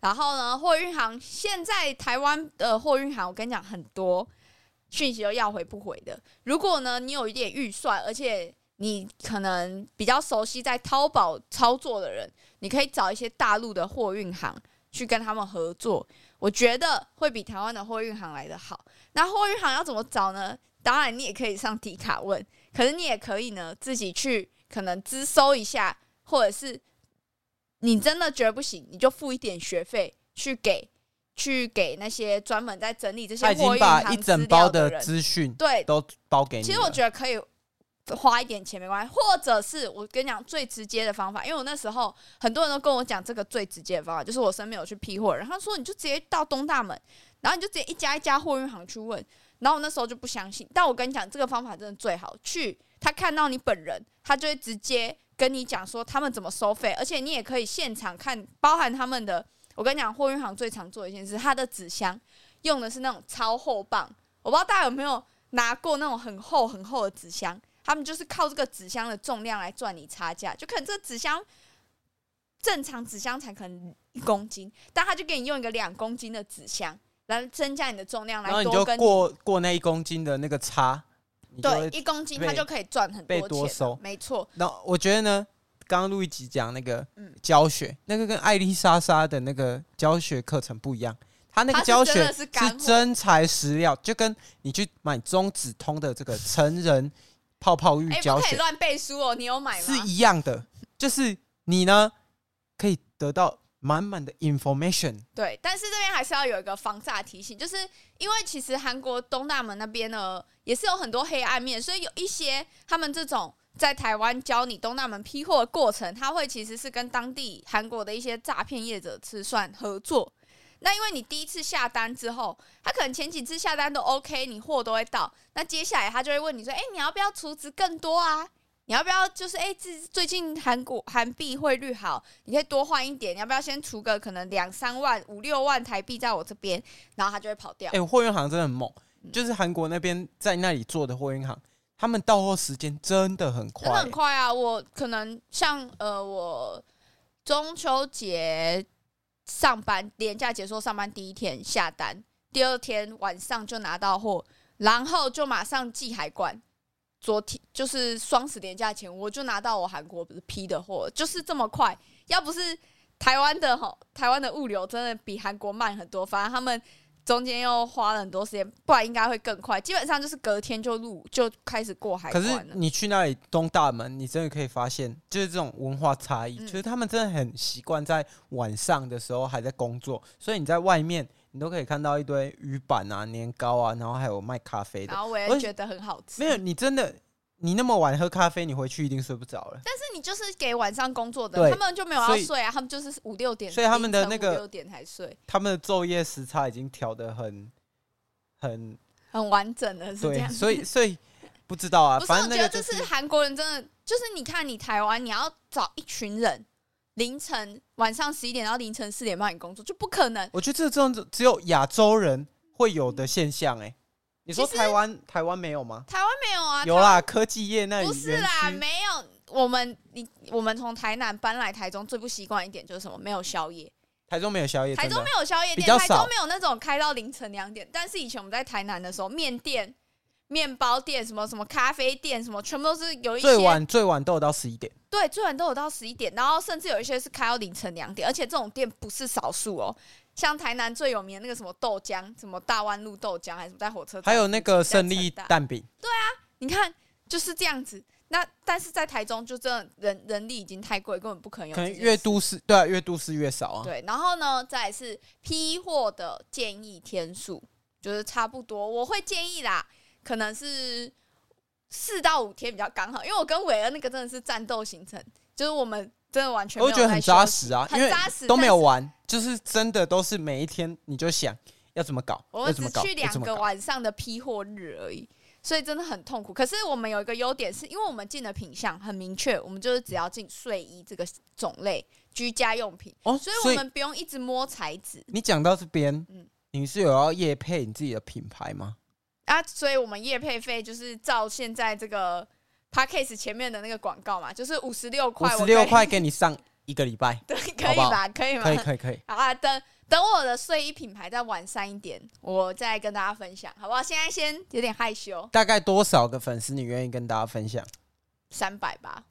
Speaker 4: 然后呢，货运行现在台湾的货运行，我跟你讲很多讯息都要回不回的。如果呢，你有一点预算，而且你可能比较熟悉在淘宝操作的人，你可以找一些大陆的货运行去跟他们合作，我觉得会比台湾的货运行来的好。那货运行要怎么找呢？当然，你也可以上迪卡问，可是你也可以呢自己去可能自搜一下，或者是你真的觉得不行，你就付一点学费去给去给那些专门在整理这些
Speaker 3: 他已
Speaker 4: 货
Speaker 3: 经
Speaker 4: 运
Speaker 3: 把
Speaker 4: 行
Speaker 3: 一
Speaker 4: 资
Speaker 3: 整
Speaker 4: 料
Speaker 3: 包
Speaker 4: 的
Speaker 3: 的
Speaker 4: 人，
Speaker 3: 资讯
Speaker 4: 对，
Speaker 3: 都包给你了。
Speaker 4: 其实我觉得可以花一点钱没关系，或者是我跟你讲最直接的方法，因为我那时候很多人都跟我讲这个最直接的方法，就是我身边有去批货的人，然后说你就直接到东大门，然后你就直接一家一家货运行去问，然后我那时候就不相信，但我跟你讲这个方法真的最好，去他看到你本人，他就会直接跟你讲说他们怎么收费，而且你也可以现场看，包含他们的。我跟你讲，货运行最常做的一件事，它的纸箱用的是那种超厚棒，我不知道大家有没有拿过那种很厚很厚的纸箱，他们就是靠这个纸箱的重量来赚你差价。就可能这个纸箱正常纸箱才可能一公斤，但他就给你用一个两公斤的纸箱来增加你的重量，
Speaker 3: 然后
Speaker 4: 来
Speaker 3: 你就
Speaker 4: 多跟你
Speaker 3: 过过那一公斤的那个差，你就
Speaker 4: 对
Speaker 3: 会。
Speaker 4: 一公斤，
Speaker 3: 被
Speaker 4: 他就可以赚很
Speaker 3: 被
Speaker 4: 多
Speaker 3: 多
Speaker 4: 钱了
Speaker 3: 收。
Speaker 4: 没错，
Speaker 3: 那我觉得呢，刚刚录一集讲那个
Speaker 4: 嗯
Speaker 3: 教学，那个跟艾丽莎莎的那个教学课程不一样，他那
Speaker 4: 它
Speaker 3: 个
Speaker 4: 是
Speaker 3: 教
Speaker 4: 真的
Speaker 3: 学
Speaker 4: 是干货
Speaker 3: 真材实料，就跟你去买中子通的这个成人泡泡浴
Speaker 4: 哎、
Speaker 3: 教
Speaker 4: 不可以
Speaker 3: 学
Speaker 4: 乱背书哦，你有买
Speaker 3: 是
Speaker 4: 吗？
Speaker 3: 一样的，就是你呢可以得到满满的 information。
Speaker 4: 对，但是这边还是要有一个防诈提醒，就是因为其实韩国东大门那边呢，也是有很多黑暗面，所以有一些他们这种在台湾教你东大门批货的过程，他会其实是跟当地韩国的一些诈骗业者是算合作。那因为你第一次下单之后，他可能前几次下单都 OK，你货都会到，那接下来他就会问你说：“哎、你要不要储值更多啊？”你要不要就是哎，最、最近韩国韩币汇率好，你可以多换一点，你要不要先储个可能两三万、五六万台币在我这边，然后他就会跑掉。
Speaker 3: 哎、货运行真的很猛，
Speaker 4: 嗯
Speaker 3: 就是韩国那边在那里做的货运行，他们到货时间真的很快、
Speaker 4: 真的很快啊！我可能像呃，我中秋节上班，年假结束上班第一天下单，第二天晚上就拿到货，然后就马上寄海关。昨天就是双十连假前，我就拿到我韩国批的货，就是这么快。要不是台湾的吼，台湾的物流真的比韩国慢很多，反正他们中间又花了很多时间，不然应该会更快。基本上就是隔天就入就开始过海
Speaker 3: 可
Speaker 4: 关
Speaker 3: 是
Speaker 4: 了。
Speaker 3: 你去那里东大门，你真的可以发现，就是这种文化差异，
Speaker 4: 嗯
Speaker 3: 就是他们真的很习惯在晚上的时候还在工作，所以你在外面你都可以看到一堆鱼板啊、年糕啊，然后还有卖咖啡的
Speaker 4: 然。后我
Speaker 3: 我
Speaker 4: 也
Speaker 3: 也
Speaker 4: 觉得很好吃。
Speaker 3: 没有，你真的你那么晚喝咖啡，你回去一定睡不着了。
Speaker 4: 但是你就是给晚上工作的，
Speaker 3: 对
Speaker 4: 他们就没有要
Speaker 3: 所以
Speaker 4: 睡啊，他们就是五六点，
Speaker 3: 所以他们的那个
Speaker 4: 六点才睡，
Speaker 3: 他们的昼夜时差已经调得很很
Speaker 4: 很完整的是这
Speaker 3: 对，
Speaker 4: 样。
Speaker 3: 所以所以不知道啊，
Speaker 4: 不是，
Speaker 3: 反
Speaker 4: 我
Speaker 3: 正
Speaker 4: 觉
Speaker 3: 那
Speaker 4: 得
Speaker 3: 个
Speaker 4: 这
Speaker 3: 就是
Speaker 4: 韩国人真的，就是你看你台湾，你要找一群人，凌晨晚上十一点到凌晨四点半你工作，就不可能。
Speaker 3: 我觉得这种只有亚洲人会有的现象、欸，哎，你说
Speaker 4: 其实
Speaker 3: 台湾台湾没有吗？
Speaker 4: 台湾没有啊，
Speaker 3: 有
Speaker 4: 台湾
Speaker 3: 啦，科技业那里
Speaker 4: 不是啦，
Speaker 3: 园区
Speaker 4: 没有。我们你我们从台南搬来台中，最不习惯一点就是什么？没有宵夜，
Speaker 3: 台中没有宵夜，
Speaker 4: 台
Speaker 3: 欸
Speaker 4: 中
Speaker 3: 真的啊
Speaker 4: 没有宵夜
Speaker 3: 比
Speaker 4: 店，
Speaker 3: 较
Speaker 4: 台
Speaker 3: 少
Speaker 4: 中没有那种开到凌晨两点。但是以前我们在台南的时候，面店、面包店、什么什么咖啡店，什么全部都是有一些
Speaker 3: 最晚最晚都有到十一点，
Speaker 4: 对，最晚都有到十一点，然后甚至有一些是开到凌晨两点，而且这种店不是少数哦。像台南最有名的那个什么豆浆，什么大湾路豆浆，还是在火车站附近，
Speaker 3: 还有那个
Speaker 4: 在
Speaker 3: 胜利
Speaker 4: 成大
Speaker 3: 蛋饼，
Speaker 4: 你看就是这样子。那但是在台中就真的人人力已经太贵，根本不可能有
Speaker 3: 可
Speaker 4: 这
Speaker 3: 能
Speaker 4: 件事。
Speaker 3: 越都市对啊，越都市越少啊。
Speaker 4: 对，然后呢，再来是批货的建议天数，就是差不多，我会建议啦，可能是四到五天比较刚好，因为我跟韦恩那个真的是战斗行程，就是我们真的完全没
Speaker 3: 我
Speaker 4: 有
Speaker 3: 觉得
Speaker 4: 在
Speaker 3: 很
Speaker 4: 休
Speaker 3: 扎
Speaker 4: 息
Speaker 3: 实啊，因
Speaker 4: 很
Speaker 3: 为
Speaker 4: 扎实，
Speaker 3: 都没有
Speaker 4: 但是
Speaker 3: 玩，就是真的都是每一天你就想要怎么搞，
Speaker 4: 我
Speaker 3: 要
Speaker 4: 们
Speaker 3: 哎怎
Speaker 4: 只
Speaker 3: 么搞，
Speaker 4: 去
Speaker 3: 要
Speaker 4: 两
Speaker 3: 怎么
Speaker 4: 个
Speaker 3: 搞。
Speaker 4: 晚上的批货日而已，所以真的很痛苦。可是我们有一个优点是，因为我们进的品项很明确，我们就是只要进睡衣这个种类、居家用品，
Speaker 3: 哦，
Speaker 4: 所以我们不用一直摸材质
Speaker 3: 你讲到这边
Speaker 4: 嗯，
Speaker 3: 你是有要夜配你自己的品牌吗？
Speaker 4: 啊。所以我们业配费就是照现在这个 p a c k a g e 前面的那个广告嘛，就是五十六
Speaker 3: 五
Speaker 4: 块，
Speaker 3: 十
Speaker 4: 我可以
Speaker 3: 六块，给你上一个礼拜，
Speaker 4: 对，可
Speaker 3: 好
Speaker 4: 以
Speaker 3: 不好
Speaker 4: 吧？可以吗？
Speaker 3: 可以可以可以。
Speaker 4: 好啊，等等我的睡衣品牌再完善一点，我再跟大家分享，好不好？现在先有点害羞，
Speaker 3: 大概多少个粉丝你愿意跟大家分享？
Speaker 4: 三百吧。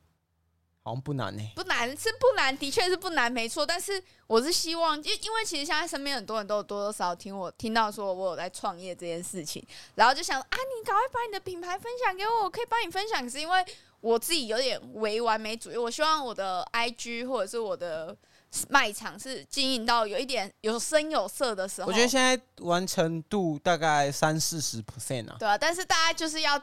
Speaker 3: 好像不难呢。
Speaker 4: 不难是不难，的确是不难，没错。但是我是希望，因因为其实现在身边很多人都有多多少少听我听到说我有在创业这件事情，然后就想啊，你赶快把你的品牌分享给我，我可以帮你分享。可是因为我自己有点唯完美主义，我希望我的 IG 或者是我的卖场是经营到有一点有声有色的时候。
Speaker 3: 我觉得现在完成度大概三四十 percent 啊，
Speaker 4: 对啊，但是大家就是要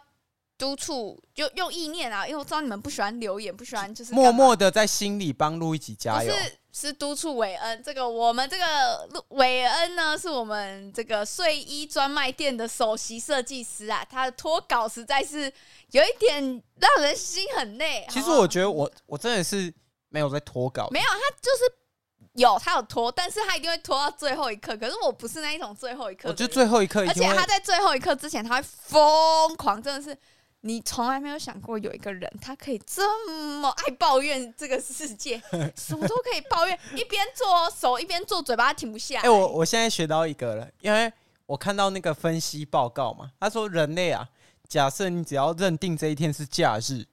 Speaker 4: 督促，就用意念啊，因为我知道你们不喜欢留言，不喜欢就是
Speaker 3: 默
Speaker 4: 干嘛
Speaker 3: 默的在心里帮路一起
Speaker 4: 不
Speaker 3: 加油。
Speaker 4: 是，是督促韦恩。这个我们这个路韦恩呢，是我们这个睡衣专卖店的首席设计师啊，他的脱稿实在是有一点让人心很累。
Speaker 3: 其实
Speaker 4: 好啊不好
Speaker 3: 我觉得我我真的是没有在脱稿，
Speaker 4: 哦没有，他就是有他有拖，但是他一定会拖到最后一刻。可是我不是那一种最后一刻的人，
Speaker 3: 我觉得最后一刻一
Speaker 4: 而且
Speaker 3: 定会
Speaker 4: 他在最后一刻之前，他会疯狂，真的是你从来没有想过有一个人他可以这么爱抱怨这个 世界，什么都可以抱怨，一边做手一边做，嘴巴停不下
Speaker 3: 哎、
Speaker 4: 来。
Speaker 3: 我我现在学到一个了，因为我看到那个分析报告嘛，他说人类啊，假设你只要认定这一天是假日，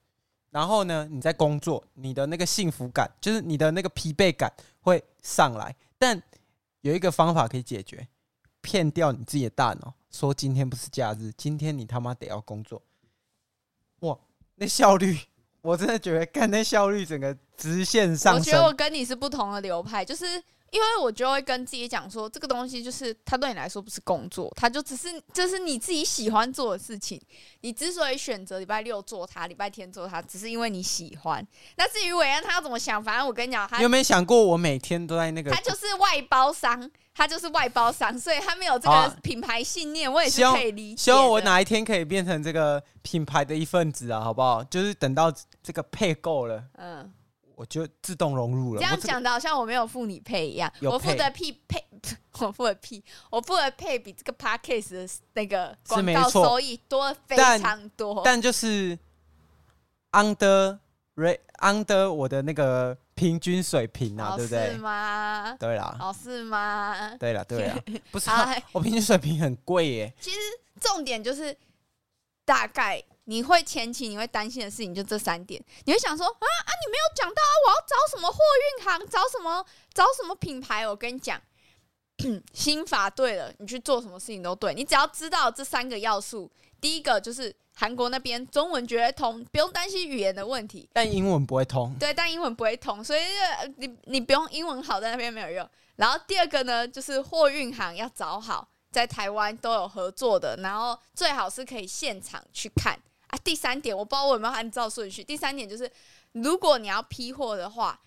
Speaker 3: 然后呢你在工作，你的那个幸福感，就是你的那个疲惫感会上来。但有一个方法可以解决，骗掉你自己的大脑，说今天不是假日，今天你他妈得要工作。哇，那效率，我真的觉得干那效率整个直线上
Speaker 4: 我
Speaker 3: 升。
Speaker 4: 觉得我跟你是不同的流派，就是因为我就会跟自己讲说，这个东西就是它对你来说不是工作，它就只是这是你自己喜欢做的事情。你之所以选择礼拜六做它，礼拜天做它，只是因为你喜欢。那至于伟安他要怎么想，反正我跟你讲，他
Speaker 3: 你有没有想过，我每天都在那个
Speaker 4: 他就是外包商，他就是外包商，所以他没有这
Speaker 3: 好
Speaker 4: 个
Speaker 3: 啊
Speaker 4: 品牌信念，我也是
Speaker 3: 希望
Speaker 4: 可以理解的。
Speaker 3: 希望我哪一天可以变成这个品牌的一份子啊，好不好？就是等到这个配够了，
Speaker 4: 嗯，
Speaker 3: 我就自动融入了。
Speaker 4: 这样
Speaker 3: 我这个
Speaker 4: 讲的好像我没有付你配一样，
Speaker 3: 有
Speaker 4: 我付
Speaker 3: 配
Speaker 4: 的屁配， 我付的屁，我付的配比这个 p a d c a s t 的那个广
Speaker 3: 没
Speaker 4: 告
Speaker 3: 错
Speaker 4: 收益多得非
Speaker 3: 但
Speaker 4: 常多。
Speaker 3: 但就是 under re- under 我的那个平均水平啊，
Speaker 4: 哦
Speaker 3: 对不
Speaker 4: 是
Speaker 3: 对？
Speaker 4: 吗？
Speaker 3: 对啦，
Speaker 4: 哦，哎是吗？
Speaker 3: 对啦， 对啦，不是
Speaker 4: 好
Speaker 3: 啊，我平均水平很贵耶。
Speaker 4: 其实重点就是大概。你会前期你会担心的事情就这三点，你会想说啊啊，你没有讲到啊，我要找什么货运行，找什么找什么品牌？我跟你讲， 心法对了，你去做什么事情都对，你只要知道这三个要素，第一个就是韩国那边中文绝对通，不用担心语言的问题，
Speaker 3: 但英文不会通，
Speaker 4: 对，但英文不会通，所以呃你你不用英文好在那边没有用。然后第二个呢，就是货运行要找好，在台湾都有合作的，然后最好是可以现场去看啊。第三点，我不知道我有没有按照顺序。第三点就是，如果你要批货的话，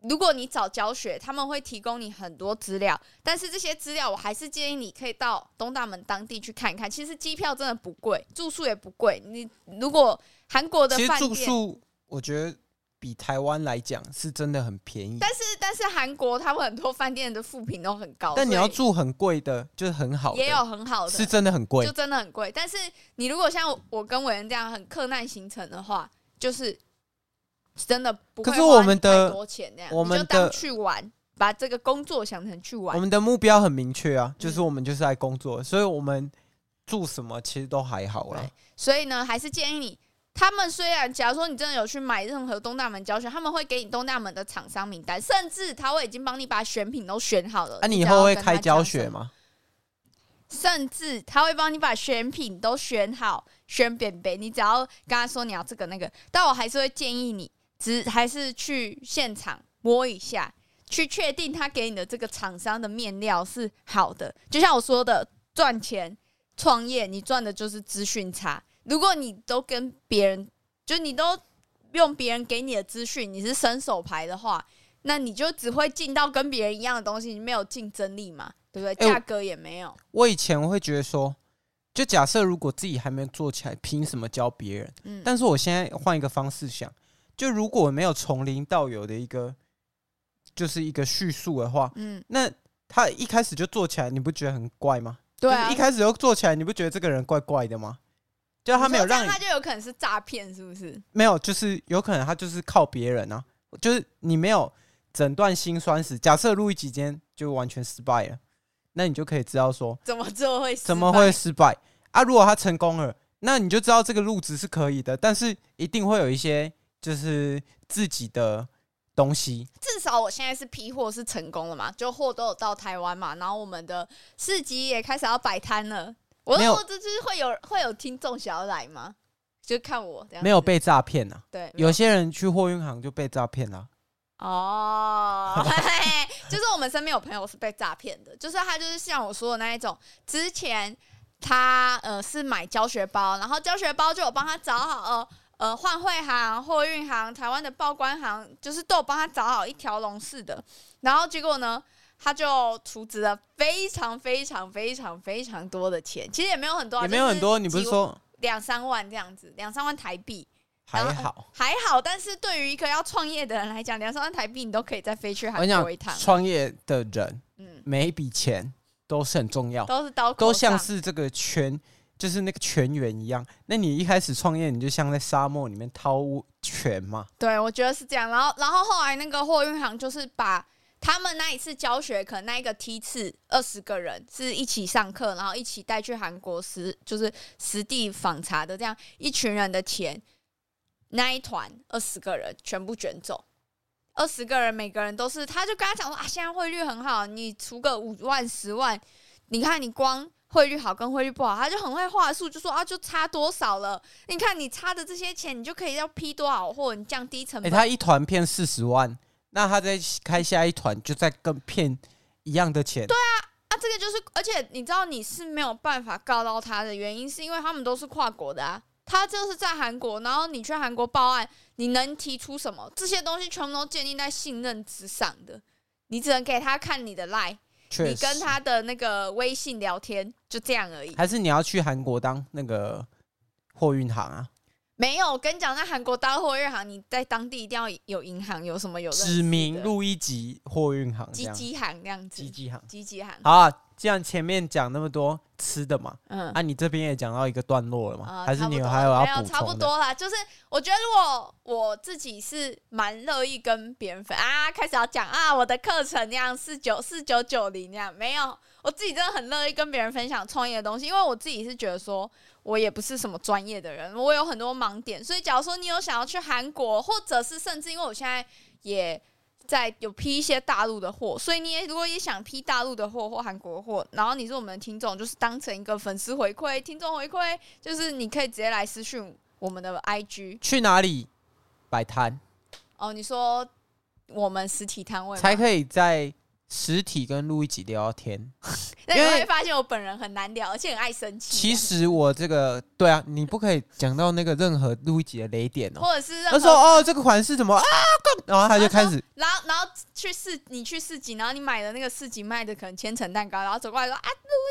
Speaker 4: 如果你找教学，他们会提供你很多资料，但是这些资料我还是建议你可以到东大门当地去看一看。其实机票真的不贵，住宿也不贵。你如果韩国的
Speaker 3: 其实
Speaker 4: 饭
Speaker 3: 住
Speaker 4: 店，
Speaker 3: 宿我觉得比台湾来讲是真的很便宜，
Speaker 4: 但是但是韩国他们很多饭店的负评都很高，
Speaker 3: 但你要
Speaker 4: 哦所以
Speaker 3: 住很贵的，就是很好的，
Speaker 4: 也有很好的，
Speaker 3: 是真的很贵
Speaker 4: 就。真的很贵。但是你如果像我我跟伟人这样很克难行程的话，就是真的不会
Speaker 3: 可是我
Speaker 4: 花
Speaker 3: 们
Speaker 4: 你
Speaker 3: 的
Speaker 4: 太多钱那样，
Speaker 3: 我们
Speaker 4: 你就当
Speaker 3: 的
Speaker 4: 去玩，把这个工作想成去
Speaker 3: 我
Speaker 4: 玩。
Speaker 3: 们的目标很明确
Speaker 4: 嗯
Speaker 3: 啊，就是我们就是来工作，所以我们住什么其实都还好啦
Speaker 4: 对。所以呢，还是建议你。他们虽然，假如说你真的有去买任何东大门教学，他们会给你东大门的厂商名单，甚至他会已经帮你把选品都选好了。
Speaker 3: 那、啊你以
Speaker 4: 只要
Speaker 3: 后会
Speaker 4: 跟
Speaker 3: 开
Speaker 4: 他
Speaker 3: 教
Speaker 4: 讲
Speaker 3: 学
Speaker 4: 什么？
Speaker 3: 吗？
Speaker 4: 甚至他会帮你把选品都选好，选扁扁，你只要跟他说你要这个那个，但我还是会建议你，只还是去现场摸一下，去确定他给你的这个厂商的面料是好的。就像我说的，赚钱创业，你赚的就是资讯差。如果你都跟别人，就你都用别人给你的资讯，你是伸手牌的话，那你就只会进到跟别人一样的东西，你没有竞争力嘛，对不对？
Speaker 3: 哎我
Speaker 4: 价格也没有。
Speaker 3: 我以前会觉得说，就假设如果自己还没有做起来，凭什么教别人？
Speaker 4: 嗯
Speaker 3: 但是我现在换一个方式想，就如果没有从零到有的一个，就是一个叙述的话，
Speaker 4: 嗯，
Speaker 3: 那他一开始就做起来，你不觉得很怪吗？
Speaker 4: 对
Speaker 3: 就
Speaker 4: 啊，
Speaker 3: 是一开始就做起来，你不觉得这个人怪怪的吗？就他没有
Speaker 4: 你说
Speaker 3: 让
Speaker 4: 这
Speaker 3: 你
Speaker 4: 样他就有可能是诈骗，是不是？
Speaker 3: 没有，就是有可能他就是靠别人啊，就是你没有诊断辛酸史。假设路易吉今天就完全失败了，那你就可以知道说
Speaker 4: 怎么做会失败
Speaker 3: 怎么会？失败啊？如果他成功了，那你就知道这个路子是可以的，但是一定会有一些就是自己的东西。
Speaker 4: 至少我现在是批货是成功了嘛，就货都有到台湾嘛，然后我们的市集也开始要摆摊了。我
Speaker 3: 没
Speaker 4: 是
Speaker 3: 有
Speaker 4: 说，这就是会有会有听众想要来吗？就看我这样子，
Speaker 3: 没有被诈骗啊，
Speaker 4: 对没
Speaker 3: 有些人去货运行就被诈骗啊了。
Speaker 4: 哦，嘿嘿嘿就是我们身边有朋友是被诈骗的，就是他就是像我说的那一种，之前他呃是买教学包，然后教学包就有帮他找好呃呃换汇行、货运行、台湾的报关行，就是都有帮他找好一条龙式的，然后结果呢？他就 储值了非常非常非常非常多的钱，其实也没有很多啊、
Speaker 3: 也没有很多，你不是说
Speaker 4: 两三万这样子，两三万台币，然后
Speaker 3: 还好？
Speaker 4: 还好，但是对于一个要创业的人来讲，两三万台币你都可以再飞去
Speaker 3: 我
Speaker 4: 韩
Speaker 3: 跟你讲
Speaker 4: 国一趟，，啊
Speaker 3: 创业的人
Speaker 4: 嗯，
Speaker 3: 每一笔钱都是很重要，
Speaker 4: 都是刀口
Speaker 3: 都像
Speaker 4: 上
Speaker 3: 是这个泉，就是那个泉源一样。那你一开始创业，你就像在沙漠里面掏泉嘛，
Speaker 4: 对，我觉得是这样。然后，然后后来那个货运行就是把他们那一次教学，可能那一个梯次二十个人是一起上课，然后一起带去韩国实就是实地访查的这样一群人的钱，那一团二十个人全部卷走。二十个人，每个人都是，他就跟他讲说啊，现在汇率很好，你除个五万、十万，你看你光汇率好跟汇率不好，他就很会话术，就说啊，就差多少了，你看你差的这些钱，你就可以要批多少货，你降低成
Speaker 3: 诶，
Speaker 4: 本。
Speaker 3: 他一团骗四十万，那他再开下一团就再更骗一样的钱。对，
Speaker 4: 啊，这个就是，而且你知道你是没有办法告到他的原因，是因为他们都是跨国的啊。他就是在韩国，然后你去韩国报案，你能提出什么？这些东西全部都建立在信任之上的，你只能给他看你的 line，
Speaker 3: 确实。
Speaker 4: 你跟他的那个微信聊天，就这样而已。
Speaker 3: 还是你要去韩国当那个货运行啊，
Speaker 4: 没有，我跟你讲，在韩国当货运行，你在当地一定要有银行，有什么有认识
Speaker 3: 指
Speaker 4: 的
Speaker 3: 名路一级货运行这
Speaker 4: 基
Speaker 3: 样，
Speaker 4: 基行这样子
Speaker 3: 鸡，鸡行。
Speaker 4: 基基行，
Speaker 3: 好啊，既然前面讲那么多吃的嘛，
Speaker 4: 嗯。
Speaker 3: 啊，你这边也讲到一个段落了嘛，
Speaker 4: 啊，
Speaker 3: 还是你
Speaker 4: 差不
Speaker 3: 有
Speaker 4: 多
Speaker 3: 还有要
Speaker 4: 没有
Speaker 3: 补
Speaker 4: 差不
Speaker 3: 充的？
Speaker 4: 多啦，就是我觉得如果我自己是蛮乐意跟别人分啊，开始要讲啊我的课程那样四九四九九零那样，没有，我自己真的很乐意跟别人分享创业的东西，因为我自己是觉得说我也不是什么专业的人，我有很多盲点，所以假如说你有想要去韩国，或者是甚至因为我现在也。在有批一些大陆的货，所以你也如果也想批大陆的货或韩国货，然后你是我们的听众，就是当成一个粉丝回馈、听众回馈，就是你可以直接来私讯我们的 IG
Speaker 3: 去哪里摆摊？
Speaker 4: 哦。你说我们实体摊位吗
Speaker 3: 才可以在实体跟路易吉聊聊天。
Speaker 4: 那
Speaker 3: 因
Speaker 4: 你
Speaker 3: 为
Speaker 4: 会发现我本人很难聊，而且很爱生气。啊
Speaker 3: 其，实我这个对啊，你不可以讲到那个任何路易吉的雷点哦。
Speaker 4: 或者是任
Speaker 3: 他
Speaker 4: 何
Speaker 3: 说哦，这个款式怎么啊？干然后他就开始
Speaker 4: 然后然后去市你去市集，然后你买的那个市集卖的可能千层蛋糕，然后走过来说啊，路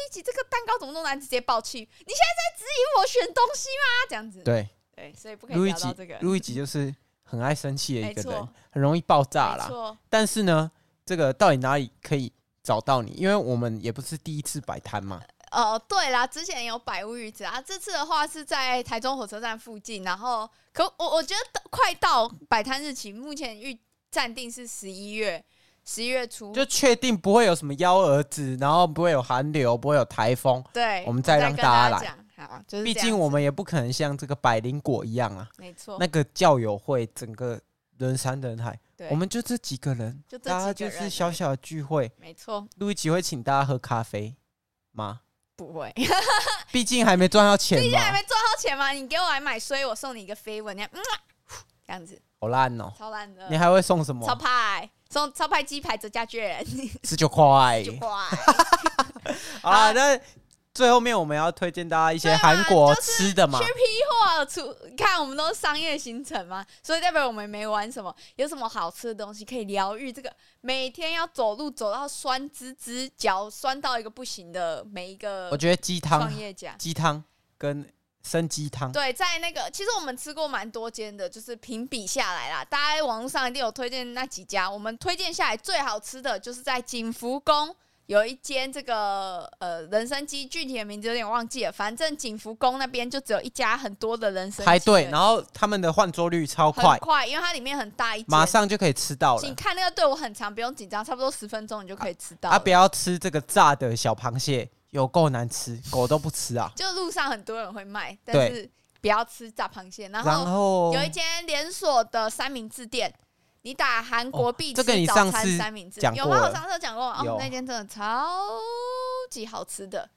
Speaker 4: 易吉这个蛋糕怎么弄难，直接爆气！你现在在质疑我选东西吗？这样子，
Speaker 3: 对
Speaker 4: 对，所以不可以
Speaker 3: 路易
Speaker 4: 聊
Speaker 3: 吉
Speaker 4: 到这个，，
Speaker 3: 路易吉就是很爱生气的一
Speaker 4: 没
Speaker 3: 个
Speaker 4: 错
Speaker 3: 人，很容易爆炸
Speaker 4: 没
Speaker 3: 啦。
Speaker 4: 错，
Speaker 3: 但是呢，这个到底哪里可以找到你？因为我们也不是第一次摆摊嘛。
Speaker 4: 哦，对啦，之前有百物语子啊，这次的话是在台中火车站附近，然后可我我觉得快到摆摊日期，目前预暂定是十一月，十一月初，
Speaker 3: 就确定不会有什么幺蛾子，然后不会有寒流，不会有台风。
Speaker 4: 对，
Speaker 3: 我们再让
Speaker 4: 跟
Speaker 3: 大家
Speaker 4: 大
Speaker 3: 来
Speaker 4: 讲，好，就是
Speaker 3: 毕
Speaker 4: 这样
Speaker 3: 竟我
Speaker 4: 子
Speaker 3: 们也不可能像这个百灵果一样啊，
Speaker 4: 没错，
Speaker 3: 那个教友会整个人山人海，
Speaker 4: 对
Speaker 3: 我们就这几个人，
Speaker 4: 就这
Speaker 3: 大家
Speaker 4: 几
Speaker 3: 就
Speaker 4: 个
Speaker 3: 是
Speaker 4: 人
Speaker 3: 小
Speaker 4: 而已
Speaker 3: 小的聚会。
Speaker 4: 没错，
Speaker 3: 录一集会请大家喝咖啡 吗？
Speaker 4: 不会。
Speaker 3: 毕竟还没赚到钱
Speaker 4: 毕竟还
Speaker 3: 嘛，
Speaker 4: 没赚到钱嘛，你给我来买，所以我送你一个飞吻，你看，嗯啊，呼这样子
Speaker 3: 好烂哦！
Speaker 4: 超烂的
Speaker 3: 你，还会送什么
Speaker 4: 超？派送超派鸡排折价券，
Speaker 3: 十九块。
Speaker 4: 就乖。
Speaker 3: 好了，那最后面我们要推荐大家一些
Speaker 4: 啊对嘛啊
Speaker 3: 韩国
Speaker 4: 就是
Speaker 3: 吃的嘛
Speaker 4: 去。批货，出看我们都是商业行程嘛，所以代表我们没玩什么，有什么好吃的东西可以疗愈这个每天要走路走到酸滋滋，脚酸到一个不行的每一
Speaker 3: 我
Speaker 4: 个
Speaker 3: 觉得鸡汤
Speaker 4: 创、业家。
Speaker 3: 鸡汤跟生鸡汤，
Speaker 4: 对，在那个其实我们吃过蛮多间的，就是评比下来啦，大家网络上一定有推荐那几家，我们推荐下来最好吃的就是在景福宫。有一间这个呃人参鸡，具体的名字有点忘记了，反正景福宫那边就只有一家很多的人参鸡
Speaker 3: 排队，
Speaker 4: 而已
Speaker 3: 然后他们的换桌率超
Speaker 4: 很
Speaker 3: 哦快，
Speaker 4: 快，因为它里面很大一间，
Speaker 3: 马上就可以吃到
Speaker 4: 请
Speaker 3: 了。
Speaker 4: 看那个队伍很长，不用紧张，差不多十分钟你就可以吃到了。
Speaker 3: 啊，不要吃这个炸的小螃蟹，有够难吃，狗都不吃啊。
Speaker 4: 就路上很多人会卖，但
Speaker 3: 对
Speaker 4: 是不要吃炸螃蟹。然
Speaker 3: 然后
Speaker 4: 有一间连锁的三明治店，你打韩国
Speaker 3: 哦
Speaker 4: 必
Speaker 3: 这
Speaker 4: 吃
Speaker 3: 个你
Speaker 4: 早
Speaker 3: 上
Speaker 4: 餐
Speaker 3: 次
Speaker 4: 三明治，
Speaker 3: 讲
Speaker 4: 有
Speaker 3: 过
Speaker 4: 吗？我
Speaker 3: 了
Speaker 4: 上次有讲过吗，
Speaker 3: 有
Speaker 4: 哦，那间真的超级好吃的，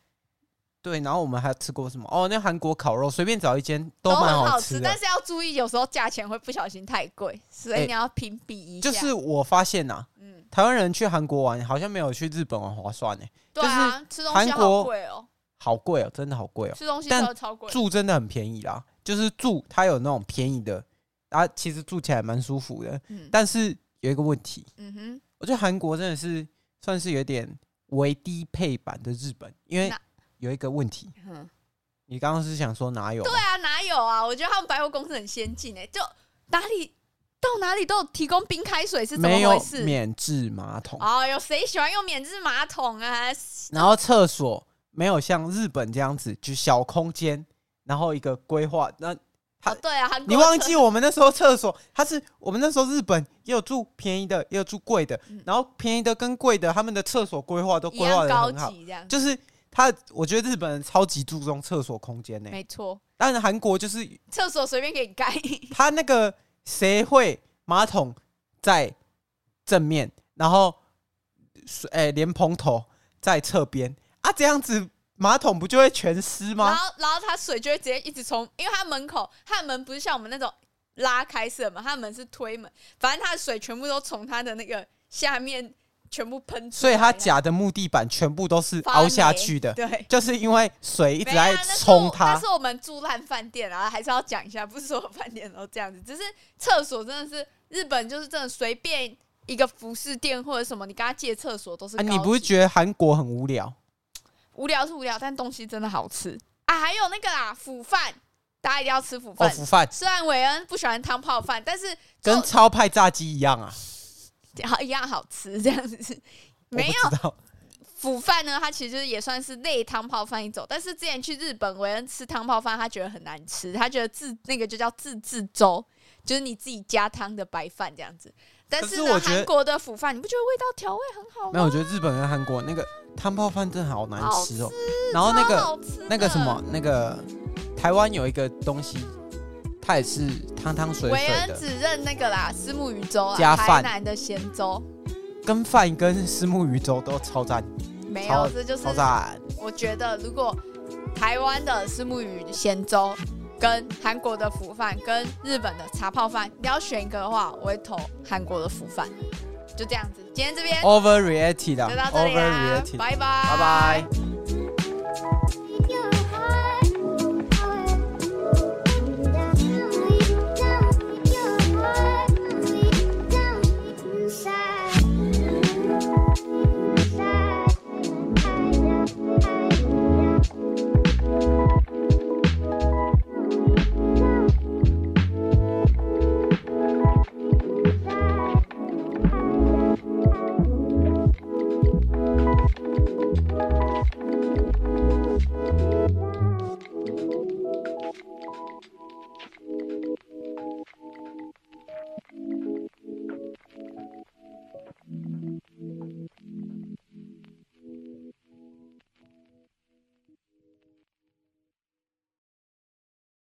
Speaker 3: 对，然后我们还吃过什么？哦，那韩国烤肉，随便找一间都
Speaker 4: 很
Speaker 3: 蛮
Speaker 4: 好
Speaker 3: 吃的。
Speaker 4: 但是要注意，有时候价钱会不小心太贵，所以
Speaker 3: 哎
Speaker 4: 你要评比一下。
Speaker 3: 就是我发现呐、
Speaker 4: 嗯，
Speaker 3: 台湾人去韩国玩好像没有去日本玩划算呢、
Speaker 4: 对啊，吃东西
Speaker 3: 韩
Speaker 4: 好
Speaker 3: 国
Speaker 4: 贵哦，
Speaker 3: 好贵哦，真的好贵哦。
Speaker 4: 吃东西
Speaker 3: 但
Speaker 4: 真的超贵。
Speaker 3: 住真的很便宜啦，就是住它有那种便宜的，啊，其实住起来蛮舒服的。
Speaker 4: 嗯
Speaker 3: 但是有一个问题，
Speaker 4: 嗯哼，
Speaker 3: 我觉得韩国真的是算是有点为低配版的日本，因为
Speaker 4: 那
Speaker 3: 有一个问题，
Speaker 4: 嗯
Speaker 3: 你刚刚是想说哪有吗？
Speaker 4: 对啊，哪有啊？我觉得他们百货公司很先进诶、欸就哪里到哪里都有提供冰开水，是怎
Speaker 3: 没
Speaker 4: 么回
Speaker 3: 有
Speaker 4: 事？
Speaker 3: 免治马桶，
Speaker 4: 哦，有谁喜欢用免治马桶啊？
Speaker 3: 然后厕所没有像日本这样子，就小空间，然后一个规划。那它
Speaker 4: 哦，对啊，韩国
Speaker 3: 你忘
Speaker 4: 车
Speaker 3: 记我们那时候厕所，它是我们那时候日本也有住便宜的，也有住贵的
Speaker 4: 嗯，
Speaker 3: 然后便宜的跟贵的，他们的厕所规划都
Speaker 4: 一
Speaker 3: 规划
Speaker 4: 样
Speaker 3: 的
Speaker 4: 高
Speaker 3: 很好，
Speaker 4: 级这样，
Speaker 3: 就是。他，我觉得日本人超级注重厕所空间呢、
Speaker 4: 没错，
Speaker 3: 但是韩国就是
Speaker 4: 厕所随便给你盖，
Speaker 3: 他那个谁会马桶在正面，然后水诶莲蓬头在侧边啊，这样子马桶不就会全湿
Speaker 4: 然
Speaker 3: 吗？
Speaker 4: 后然后它水就会直接一直从，因为它门口它的门不是像我们那种拉开式的门，它的门是推门，反正它的水全部都从它的那个下面全部喷出
Speaker 3: 所
Speaker 4: 来，啊
Speaker 3: 以它假的木地板全部都是
Speaker 4: 发霉
Speaker 3: 凹下去的，
Speaker 4: 对。
Speaker 3: 就是因为水一直
Speaker 4: 没啊
Speaker 3: 在冲
Speaker 4: 那
Speaker 3: 它
Speaker 4: 是。我那是我们住烂饭店啊，还是要讲一下，不是所有饭店都这样子。只是厕所真的是日本，就是真的随便一个服饰店或者什么，你跟他借厕所都是
Speaker 3: 啊，
Speaker 4: 高级、
Speaker 3: 你不是觉得韩国很无聊？
Speaker 4: 无聊是无聊，但东西真的好吃啊！还有那个啦，腐饭，大家一定要吃腐
Speaker 3: 哦，
Speaker 4: 饭。
Speaker 3: 福饭
Speaker 4: 虽然韦恩不喜欢汤泡饭，但是
Speaker 3: 跟超派炸鸡一样啊，
Speaker 4: 好一样好吃这样子。
Speaker 3: 我不
Speaker 4: 没有啊
Speaker 3: 知道
Speaker 4: 腐饭呢，它其实就是也算是类汤泡饭一种。但是之前去日本，韦恩吃汤泡饭，他觉得很难吃，他觉得自那个就叫自制粥，就是你自己加汤的白饭这样子。但
Speaker 3: 可是
Speaker 4: 呢，
Speaker 3: 我觉得
Speaker 4: 韩国的腐饭，你不觉得味道调味很好
Speaker 3: 没
Speaker 4: 吗？
Speaker 3: 有，我觉得日本跟韩国那个汤泡饭真的好难
Speaker 4: 好
Speaker 3: 吃哦。然后那
Speaker 4: 超
Speaker 3: 个
Speaker 4: 好吃的
Speaker 3: 那个什么，那个台湾有一个东西，它也是汤汤水
Speaker 4: 韦
Speaker 3: 水
Speaker 4: 恩
Speaker 3: 的，
Speaker 4: 只认那个啦，石木鱼粥啦，
Speaker 3: 加
Speaker 4: 台
Speaker 3: 饭
Speaker 4: 南的咸粥。
Speaker 3: 跟饭跟石目鱼粥都超赞，
Speaker 4: 没有，
Speaker 3: 超
Speaker 4: 这就是
Speaker 3: 超赞。
Speaker 4: 我觉得，如果台湾的石目鱼咸粥跟韩国的腐饭跟日本的茶泡饭，你要选一个的话，我会投韩国的腐饭。就这样子，今天这边
Speaker 3: ，overreacted
Speaker 4: 就
Speaker 3: 啊
Speaker 4: 到这里啦哦啊
Speaker 3: ，overreacted，，
Speaker 4: 拜拜，
Speaker 3: 拜拜。